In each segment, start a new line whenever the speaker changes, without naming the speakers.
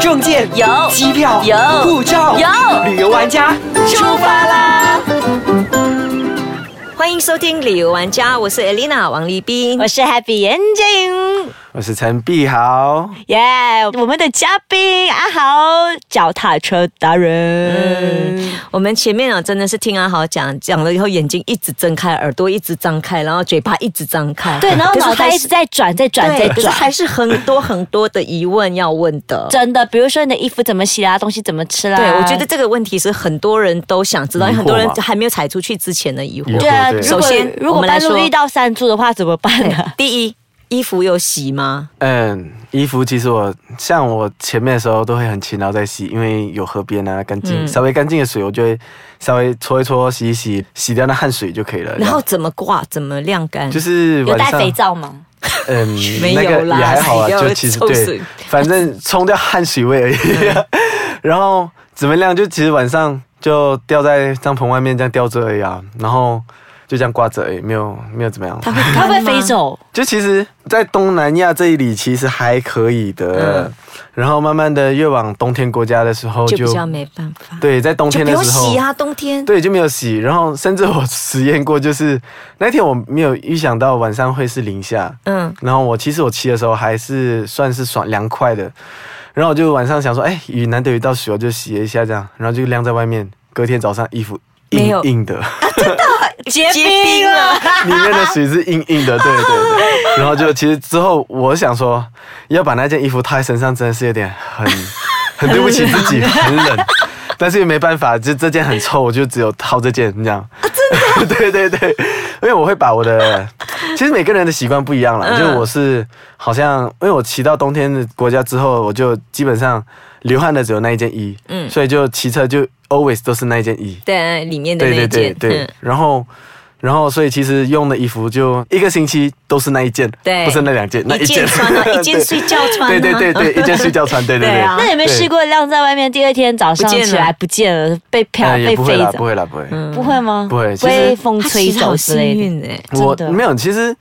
证件
有
机票
有
护照
有
旅游玩家
出发啦！欢迎收听《旅游玩家》，我是 Elena 王立斌
我。是 Happy 眼睛，
我是陈碧豪，
耶、我们的嘉宾阿豪，脚踏车达人。
我们前面啊，真的是听阿豪讲讲了以后，眼睛一直睁开，耳朵一直张开，然后嘴巴一直张开，
对，然后
可是
脑
还
袋一
是
直在转，在转，在
对，可是
转。
还是很多很多的疑问要问的。
真的，比如说你的衣服怎么洗啊啦，东西怎么吃啦？
对，我觉得这个问题是很多人都想知
疑
道，
惑
因为很多人
嘛
还没有踩出去之前的疑惑。
疑惑
对啊。
对
如
首
果
先
如
我
果
们来
半
说
路遇到山猪的话，怎么办啊呢？
第一，衣服有洗吗？
嗯，衣服其实我像我前面的时候都会很勤劳在洗，因为有河边啊，干净、
嗯
稍微干净的水，我就会稍微搓一搓，洗一洗，洗掉那汗水就可以了。
然后
这样
怎么挂？怎么晾干？
呃就是是
有
晚
带
上
肥，皂吗？
嗯，
没有
那个
啦
也还好
洗
啊，
掉
就其实
臭水
对，反正冲掉汗水味 而已。然后怎么晾？就其实晚上就吊在帐篷外面这样吊着而已啊，然后就这样挂着而已，没有没有怎么样。
它会
它会
干
不会
吗
飞走？
就其实，在东南亚这里其实还可以的，
嗯
然后慢慢的越往冬天国家的时候
就
就
比较没办法。
对，在冬
就
天
不
的
用
时候
洗啊，冬天。
对就没有洗，然后甚至我实验过，就是那天我没有预想到晚上会是零下，
嗯，
然后我其实我骑的时候还是算是爽凉快的，然后我就晚上想说，哎，雨难得有一道水，我就洗了一下这样，然后就晾在外面，隔天早上衣服
没
硬
有
硬的。
结
冰
了。
里面的水是硬硬的，对对对。然后就其实之后，我想说，要把那件衣服套在身上，真的是有点很 很对不起自己，很冷。但是也没办法，就这件很臭，我就只有套这件这样。真的？ 对对对，因为我会把我的，其实每个人的习惯不一样啦。
嗯
就是我是好像，因为我骑到冬天的国家之后，我就基本上流汗的只有那一件衣，
嗯
所以就骑车就 always 都是那一件衣。
对，里面的
对
那
对
一
对
件，
对
嗯，
然后。然后，所以其实用的衣服就一个星期都是那一件，
对
不是那两件，那
一件 穿啊一件睡觉穿啊
对对对 对，一件睡觉穿，对对呃
对
对。
啊
那你有没有
对
试过晾在外面，第二天早上
不见了
起来不见了，被飘
呃也
被
不会
飞
啦，不
走？
会啦，不会。
嗯
不会吗？
不会其实
被风吹
啊他其实
走
好
之
幸
类的。
运哎。
我
真的
没有，其实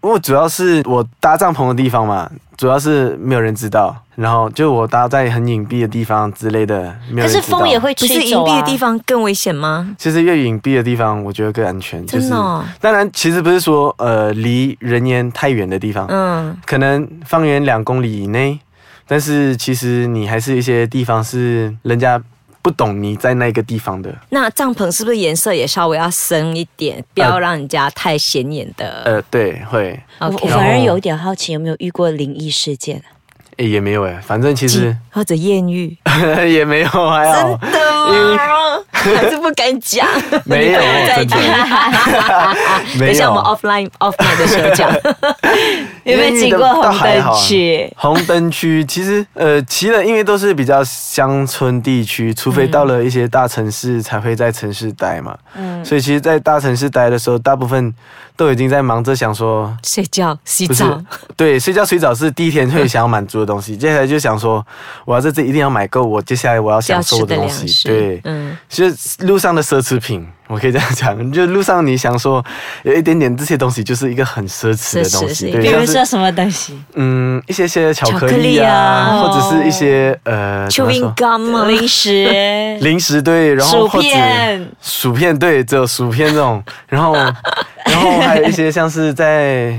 我主要是我搭帐篷的地方嘛，主要是没有人知道，然后就我搭在很隐蔽的地方之类的，没有人
可
知
是
道。
风也会
不
吹走、啊、
是隐蔽的地方更危险吗？
其实越隐蔽的地方，我觉得更安全。
真的哦
就是、当然，其实不是说呃离人烟太远的地方，
啊
嗯，
可能方圆两公里以内，但是其实你还是一些地方是人家不懂你在那个地方的。
那帐篷是不是颜色也稍微要深一点，不要让人家太显眼的
呃，对，会，
我我
？OK，
然后
反而有一点好奇，有没有遇过灵异事件？
诶也没有诶，反正其实
或者艳遇，
也没有，还好，
的吗？还是不敢讲，
没有 真的
等一
没
下
有
我们 offline offline 的时候讲。
哦 有没有经过红灯区？
红灯区其实呃，骑的因为都是比较乡村地区，除非到了一些大城市才会在城市待嘛。嗯，所以其实，在大城市待的时候，大部分都已经在忙着想说，
睡觉、洗
不是
澡，
对睡觉水澡是第一天会想要满足的东 西，接下来就想说，我要在这一定要买够，我接下来我要
要
享
吃
受的
的粮
东西，
食，
对，
嗯，
就是路上的奢侈品，我可以这样讲。就路上你想说有一点点这些东西，就是一个很奢侈的东
奢侈是
西，
一
对，
比
像
如
是
说什么 东西？
嗯，一些些巧克
巧克力
力
啊
啊，或者是一些呃怎么
chewing
说。
gum 啊
零食
零食对，然后
薯
或者
片
薯片对，只有薯片这 种，然后然后还有一些像是在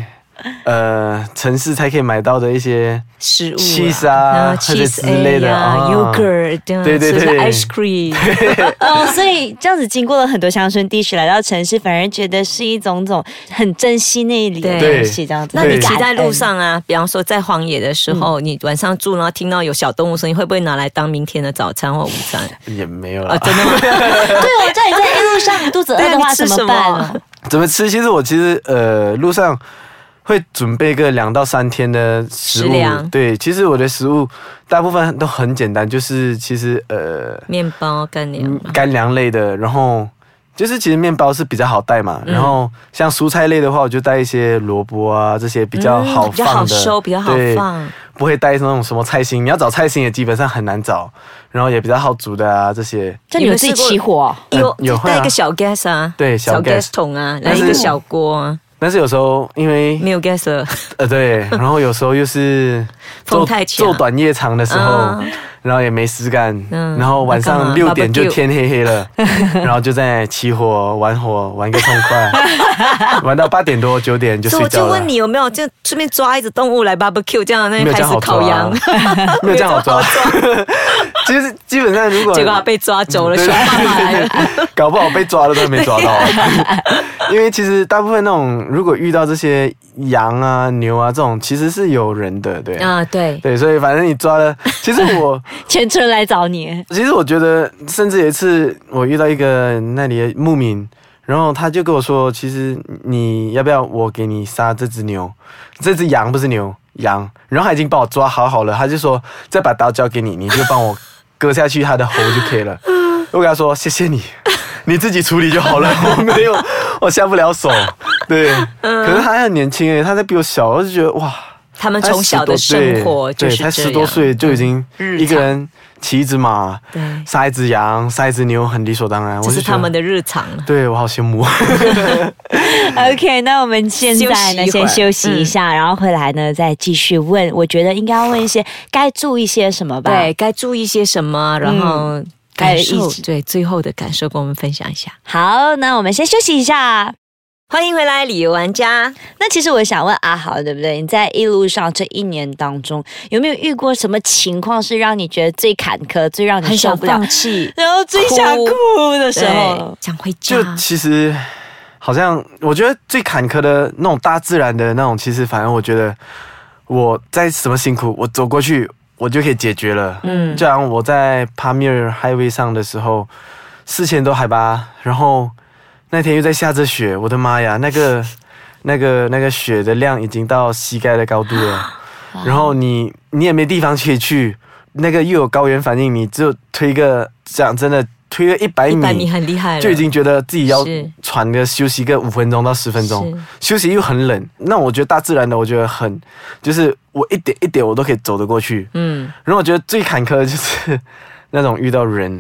呃城市才可以买到的一些
食物啊
cheese 啊
嗯
或者
，cheese
之类的
A 啊
啊
，yogurt，
对对 对
，ice cream，
哦，所以这样子经过了很多乡村地区，来到城市，反而觉得是一种种很珍惜那里的
对
东西，这样子。
那你
对
骑
感
在
恩
路，上啊，比方说在荒野的时候，你晚上住，然后听到有小动物声音，会不会拿来当明天的早餐或午餐？
也没有
啊，
了。
真的吗？
对我叫你在路上肚子饿的
对啊
话
你吃
怎
什么
么办？
怎么吃？其实我其实呃路上会准备个两到三天的食
食
物
粮
对，其实我的食物大部分都很简单，就是其实呃
面包干粮啊
嗯
嘛，
干粮类的，然后。就是其实面包是比较好带嘛，
嗯
然后像蔬菜类的话，我就带一些萝卜啊这些比较
嗯
好
比较好
放的，
收，比较好
对
放。
不会带那种什么菜心，你要找菜心也基本上很难找，然后也比较好煮的啊这些。
就你们自
你
己
们试过
起火哦、
嗯
有
有
就
会啊
带一个小 gas 啊，
对小 gas
桶啊，来
但
一
是
个小锅啊，
但是有时候因为
没有 gas 了，
呃对，然后有时候又 是
风
做
太强
做短夜长的时候，
嗯
然后也没事干，
嗯
然后晚
那干
上
嘛
六点就
Barbecue
天黑黑了，然后就在起火玩火玩个痛快，玩到八点多九点就
所以
睡
我就
觉了
问。你有没有就顺便抓一只动物来 barbecue，这样 那
没有
边
这
开
样好
始
抓
烤羊，
啊，没有这样好抓。 其实基本上如果嗯
结果他被抓走了，
对
熊
对
爸爸来
对
了。
对搞不好被抓了都还没抓 到。啊因为其实大部分那种如果遇到这些羊啊、牛啊这种，其实是有人的，对。
啊，对，
对，所以反正你抓了，其实我，，
全村来找你
其实我觉得，甚至有一次我遇到一个那里的牧民，然后他就跟我说，其实你要不要我给你杀这只牛，这只羊不是牛，羊，然后他已经帮我抓好好了，他就说再把刀交给你，你就帮我割下去它的喉就可以了。我跟他说谢谢你， 你自己处理就好了，我没有，我下不了手。对，可是他还很年轻诶，欸他在比我小，我就觉得哇。
他们从小的生活就
对，对
是这
他
样。嗯
十多岁就已经
日
一个人骑一只马
对，
杀一只羊，杀一只牛，很理所当然。
这是他们
的，
的日常了。
对我好羡慕。
OK，那我们现在呢，
嗯休息一会
先
儿嗯
休息一下，然后回来呢再继续问。我觉得应该要问一些该注意些什么吧。
对，，该注意些什么，然后
还
感
有
受
一，直
对最后的感受跟我们分享一下。
好，那我们先休息一下。
欢迎回来，旅游玩家。
那其实我想问阿豪，对不对？你在一路上这一年当中，有没有遇过什么情况是让你觉得最坎坷、最让你
很
受
想
不了
放，弃
然后最想哭的时候？
想回家
就。其实好像我觉得最坎坷的那种大自然的那种，其实反而我觉得我在什么辛苦，我走过去我就可以解决了。
嗯，
就像我在帕米尔 highway 上的时候，四千多海拔，然后那天又在下着雪，我的妈呀，那个 那个那个雪的量已经到膝盖的高度了，然后你你也没地方可以去，那个又有高原反应，你就推个讲真的推个一百
一百米
米。
很厉害了，
就已经觉得自己要
是
喘个休息个五分钟到十分钟
是，
休息又很冷。那我觉得大自然的，我觉得很，就是我一点一点我都可以走得过去。
嗯，
然后我觉得最坎坷的就是那种遇到人，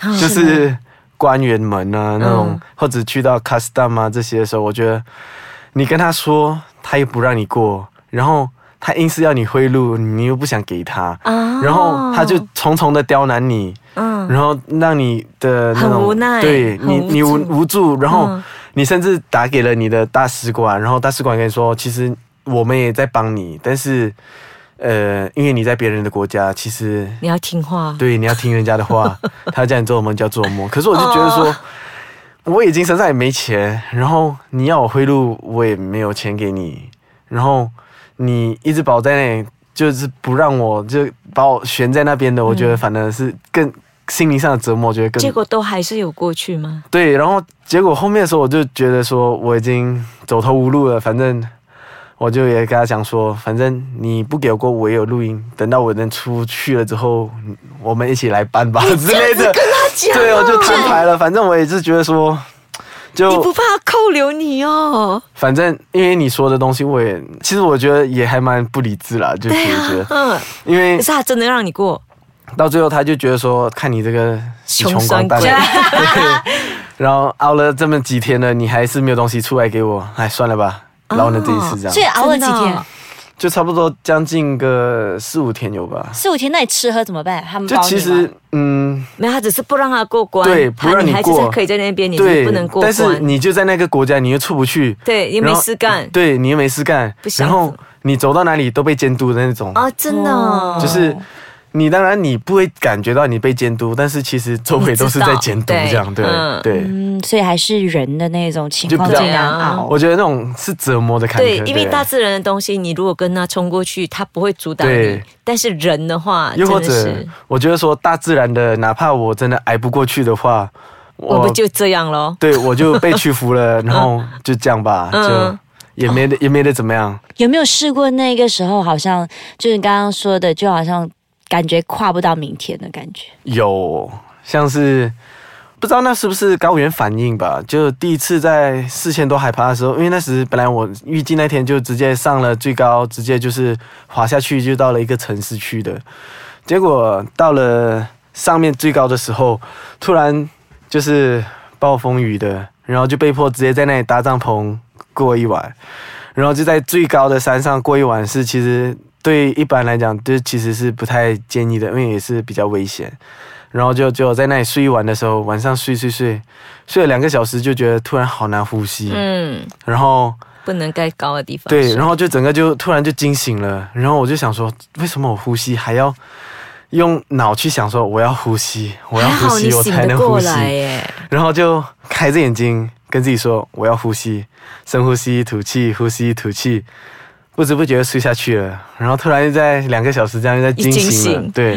啊
就是是官员们啊那
嗯
种，或者去到 custom 啊这些的时候，我觉得你跟他说，他又不让你过，然后他硬是要你贿赂，你又不想给他，
啊
然后他就重重的刁难你，
嗯
然后让你的那种
很无奈
对
很
你
无
你无
助
无助，然后
嗯
你甚至打给了你的大使馆，然后大使馆跟你说，其实我们也在帮你，但是呃，因为你在别人的国家，其实
你要听话。
对你要听人家的话，他叫你做什么你就要做什么。可是我就觉得说。我已经身上也没钱，然后你要我贿赂，我也没有钱给你，然后你一直把我在那里，就是不让我就把我悬在那边的，我觉得反而是更心灵上的折磨，我觉得更
结果都还是有过去吗？
对，然后结果后面的时候，我就觉得说我已经走投无路了，反正我就也跟他讲说，反正你不给我过，我也有录音，等到我能出去了之后，我们一起来办吧之类的。对，我就摊牌了，反正我也是觉得说，
你
就
不怕扣留你哦？
反正因为你说的东西，我也其实我觉得也还蛮不理智啦，就
对
是觉
啊
得，，
嗯，
因为
可是他真的让你 过，
到最后他就觉得说，看你这个死
穷
光
酸
蛋，
鬼
对然后熬了这么几天了，你还是没有东西出来给我，哎，算了吧，
哦
捞了这一次这
所以
样，
熬了几
真
天
的哦，
就差不多将近个四五天有吧。
四五天，那你吃喝怎么办？他们
就
包你
其
吗
实，嗯，
没有，他只是不让他过关，
对不让
他
你
还是
过
可以在那边，你是
对
不能，过
但是
关。
你就在那个国家，你又出不去，
对，也没
然后
事干。
对你又没事干
不，想
然后你走到哪里都被监督的那种，
啊，真的哦、
哦
就是你当然你不会感觉到你被监督，但是其实周围都是在监督
你知
这
道
样，对
对嗯
对。
嗯，所以还是人的那种情况
就比较
最难熬。
我觉得那种是折磨的坎坷。
哦对，因为大自然的东西，你如果跟它冲过去，它不会阻挡你
对。
但是人的话，
又
真
或
的
者
是，
我觉得说大自然的，哪怕我真的挨不过去的话，
我不就这样 咯。
对我就被屈服 了，然后就这样吧，
嗯
就也没得也没得怎么样。
有没有试过那个时候，好像就是刚刚说的，就好像感觉跨不到明天的感觉？
有像是不知道那是不是高原反应吧？就第一次在四千多海拔的时候，因为那时本来我预计那天就直接上了最高，直接就是滑下去就到了一个城市区的，结果到了上面最高的时候，突然就是暴风雨的，然后就被迫直接在那里搭帐篷过一晚，然后就在最高的山上过一晚是其实对一般来讲就其实是不太建议的，因为也是比较危险。然后就就在那里睡一晚的时候，晚上睡睡睡，睡了两个小时就觉得突然好难呼吸，
嗯，
然后
不能盖高的地方。
对，
是
然后就整个就突然就惊醒了，然后我就想说，为什么我呼吸还要用脑去想说我要呼吸，我要
还
呼
好你
吸，我
醒
才
得
能
过
呼吸，
来耶，
然后就开着眼睛跟自己说我要呼吸，深呼吸，吐气，呼吸，吐气，不知不觉睡下去了，然后突然又在两个小时这样又在惊
一惊
醒了，
醒
对，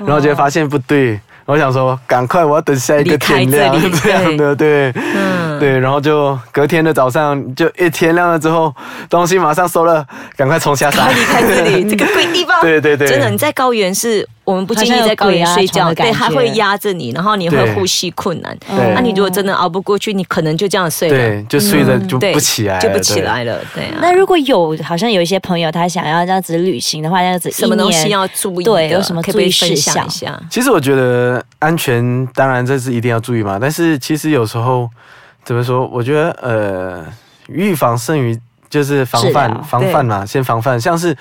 然后就发现不对。我想说，赶快，我要等下一个
离开
天亮
这里，
这样的，对，
嗯，
对，然后就隔天的早上，就一天亮了之后，东西马上收了，赶快冲下山。
离开这里，这个鬼地方。
对对对
真的你在高原是我们不建
好
议
像有
在高原睡觉，
鬼压床的感
对，
觉嗯
它会压着你，然后你
对
会呼吸困难。
对
那、你如果真的熬不过去，你可能就这样睡了，
对，就睡着就
啊嗯对，
不起来了，
就不起
对。
来了，对啊。
嗯那如果有好像有一些朋友他想要这样子旅行的话，这样子一
什么东西
年
要注意的？
对有什么
可不可以
注意
分
事项
享一下？
其实我觉得安全，当然这是一定要注意嘛。但是其实有时候怎么说？我觉得呃，预防胜于就是防
治
范，
疗
防范嘛，先防范。像是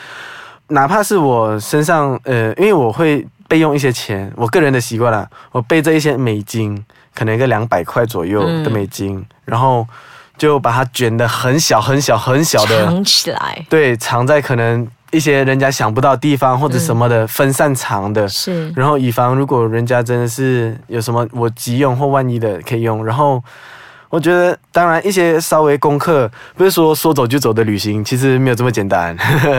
哪怕是我身上呃，因为我会备用一些钱，我个人的习惯啦，我备这一些美金，可能一个两百块左右
嗯
的美金，然后就把它卷的很小很小很小的
藏起来
对，藏在可能一些人家想不到的地方或
嗯
者什么的、分散藏的，
是
然后以防如果人家真的是有什么我急用或万一的可以用，然后。我觉得，当然一些稍微功课，不是说说走就走的旅行，其实没有这么简单。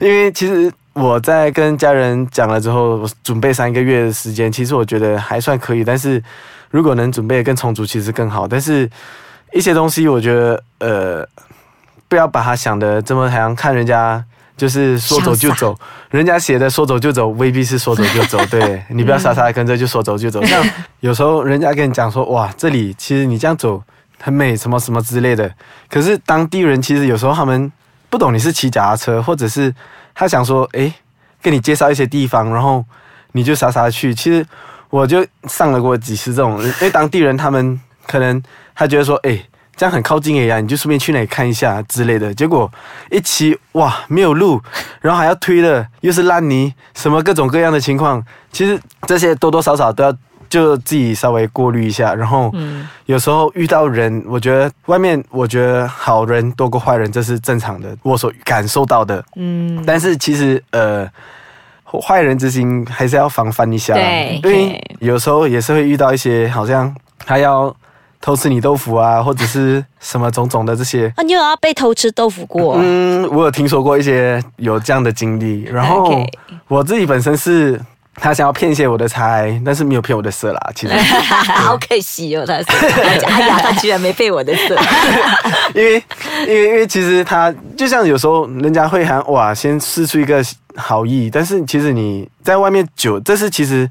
因为其实我在跟家人讲了之后，我准备三个月的时间，其实我觉得还算可以。但是如果能准备得更充足，其实更好。但是一些东西，我觉得呃，不要把它想的这么好像看人家就是说走就走，人家写的说走就走未必是说走就走，对你不要傻傻的跟着就说走就走。像有时候人家跟你讲说哇，这里其实你这样走很美，什么什么之类的，可是当地人其实有时候他们不懂你是骑脚踏车，或者是他想说诶，跟你介绍一些地方，然后你就傻傻地去，其实。我就上了过几次这种，因为当地人他们可能他觉得说，哎、这样很靠近哎呀，你就顺便去那里看一下之类的。结果一骑哇，没有路，然后还要推的，又是烂泥，什么各种各样的情况。其实这些多多少少都要就自己稍微过滤一下。然后有时候遇到人，我觉得外面我觉得好人多过坏人，这是正常的，我所感受到的。嗯，但是其实呃。坏人之心还是要防范一下啦，
对
因为
对
有时候也是会遇到一些好像他要偷吃你豆腐啊， 或者是什么种种的这些。
啊，你有要被偷吃豆腐过？
嗯，我有听说过一些有这样的经历，然后
OK
我自己本身是他想要骗一些我的财，但是没有骗我的色啦，其实，
好可惜哦，他是，哎呀，他居然没被我的色。
因为因为因为其实他就像有时候人家会喊哇，先试出一个好意，但是其实你在外面久，这是其实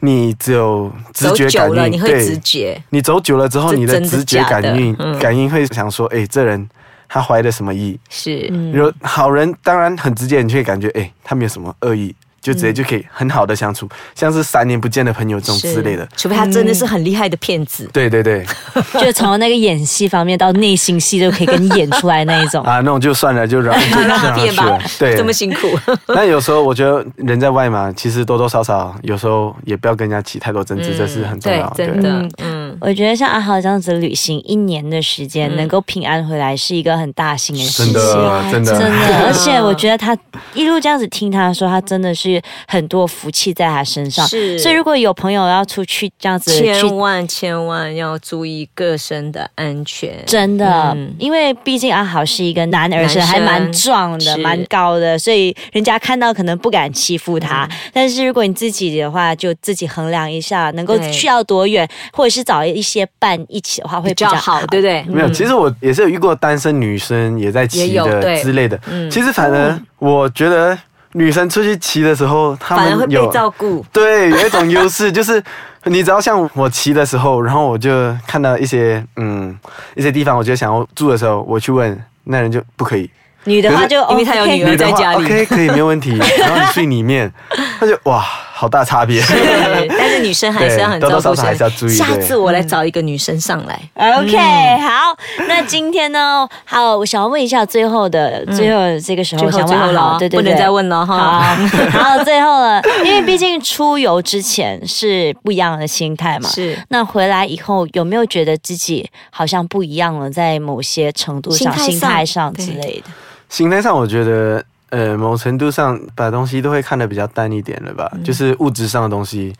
你只有 直
走
觉
久
感
了
应，
你会
对
直觉，
你走久了之后，
这
你的
真的
直觉
假
感
的
应、
嗯
感应会想说，哎，这人他怀的什么意？
是，
嗯
有好人当然很直接，你就会感觉，哎，他没有什么恶意，就直接就可以很好的相处，像是三年不见的朋友这种
嗯是
之类的。
除非他真的是很厉害的骗子。
对对对，
就从那个演戏方面到内心戏都可以给你演出来那一种。
啊，那种就算了，就让就让
让
他
他
去
骗
了
吧。，
啊对，
这么辛苦，
但有时候我觉得人在外嘛，其实多多少少有时候也不要跟人家起太多争执，这是很重要的。
嗯
啊
对，真的，嗯，
我觉得像阿豪这样子旅行一年的时间，能够平安回来是一个很大幸的
嗯
事
真
情。
的，啊真
真
的，
的，而且我觉得他一路这样子听他说，他真的是很多福气在他身上。
是
所以如果有朋友要出去这样子去
千万千万要注意个身的安全。
真的，
嗯
因为毕竟阿豪是一个男儿身，
男生
还蛮壮的，
是
蛮高的，所以人家看到可能不敢欺负他。
嗯
但是如果你自己的话，就自己衡量一下，能够
对
去到多远，或者是找一些伴一起的话，会
比
比较
较
好嗯
好，。对不对？
没有，其实我也是有遇过单身女生也在骑
嗯也有
的
对嗯哦
之类的。其实反而我觉得女生出去骑的时候，她
反而会
们
被
有
照顾。
对有一种优势，就是你只要像我骑的时候，然后我就看到一些嗯一些地方，我就想要住的时候，我去问那人就不可以。
女的话就哦
因为他有
OK
女儿在家里
OK 可以没有问题。然后你睡里面，他就哇，好大差别。
对但是是女生还是要很
对
照
多多少
顾身
少还是要注意
体。下
对
次我来
嗯
找一个女生上来，
OK，、好，
嗯
那今天呢？好，我想要问一下最后的、最后这个时
嗯
候，
最后
想问
最后了
啊
哦
好对对对，
不能再问了 哈
好，啊好，最后了，因为毕竟出游之前是不一样的心态嘛。
是
那回来以后有没有觉得自己好像不一样了，在某些程度上、心
心态上
态
对
上之类的？
心态上，我觉得，呃，某程度上把东西都会看得比较淡一点了吧，就是物质上的东西，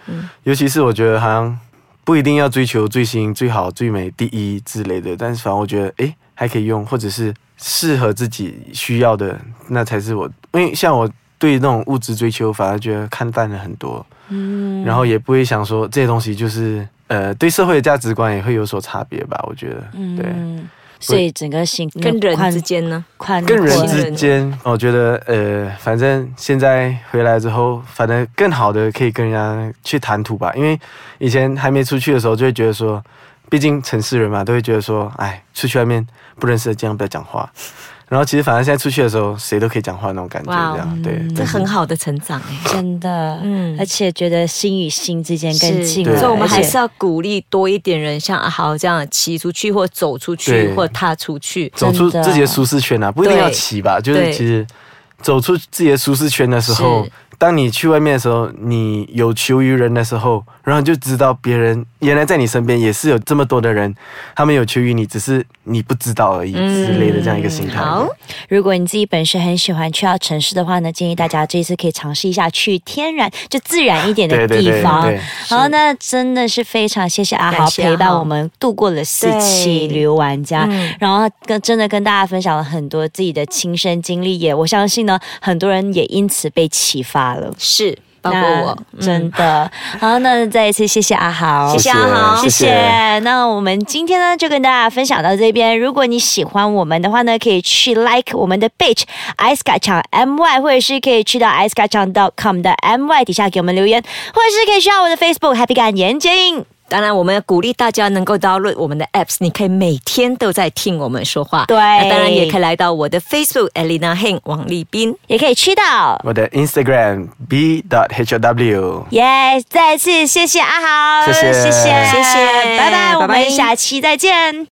尤其是我觉得好像不一定要追求最新、最好、最美、第一之类的，但是反正我觉得，诶，还可以用，或者是适合自己需要的，那才是我。因为像我对那种物质追求，反而觉得看淡了很多，嗯，然后也不会想说这些东西就是，呃，对社会的价值观也会有所差别吧，我觉得，对。
嗯，所以整个心
跟人
宽
之间呢？
宽
跟人
阔
之间，我觉得呃，反正现在回来之后，反正更好的可以跟人家去谈吐吧。因为以前还没出去的时候，就会觉得说，毕竟城市人嘛，都会觉得说，哎，出去外面不认识的，尽量不要讲话。然后其实反正现在出去的时候，谁都可以讲话那种感觉，
哇哦
这样对，
这
但是
很好的成长哎。
真的，
嗯，
嗯而且觉得心与心之间更
是
近
对
了，
所以我们还
而且
是要鼓励多一点人，像阿豪这样骑出去，或走出去，
对
或踏出去。
走出
真的
自己的舒适圈啊，不一定
对
要骑吧，就是
对
其实走出自己的舒适圈的时候
是，
当你去外面的时候，你有求于人的时候，然后你就知道别人原来在你身边也是有这么多的人，他们有求于你，只是你不知道而已之类的这样一个心态。
嗯好，
如果你自己本身很喜欢去到城市的话呢，建议大家这一次可以尝试一下去天然就自然一点的
对对对
地方
对对。
好，那真的是非常谢谢阿豪
感谢阿豪
陪到我们度过了四
对
期旅游玩家，
嗯
然后跟真的跟大家分享了很多自己的亲身经历，也我相信呢，很多人也因此被启发了。
是包括
那
我，嗯
真的。好，那再一次谢谢阿豪，
谢谢阿豪
谢
谢
谢
谢。
那我们今天呢，就跟大家分享到这边。如果你喜欢我们的话呢，可以去 like 我们的 page ice 卡场 my，或者是可以去到 ice 卡场 .com 的 my 底下给我们留言，或者是可以去到我的 Facebook Happy 感言接应。
当然，我们鼓励大家能够 download 我们的 apps，你可以每天都在听我们说话。
对
那当然也可以来到我的 Facebook Elena Heng 王立斌。
也可以去到。
我的 Instagram b dot h o w。
耶、再次谢谢阿豪，
谢谢
谢谢，
谢谢
拜拜，我
拜拜
们下期再见。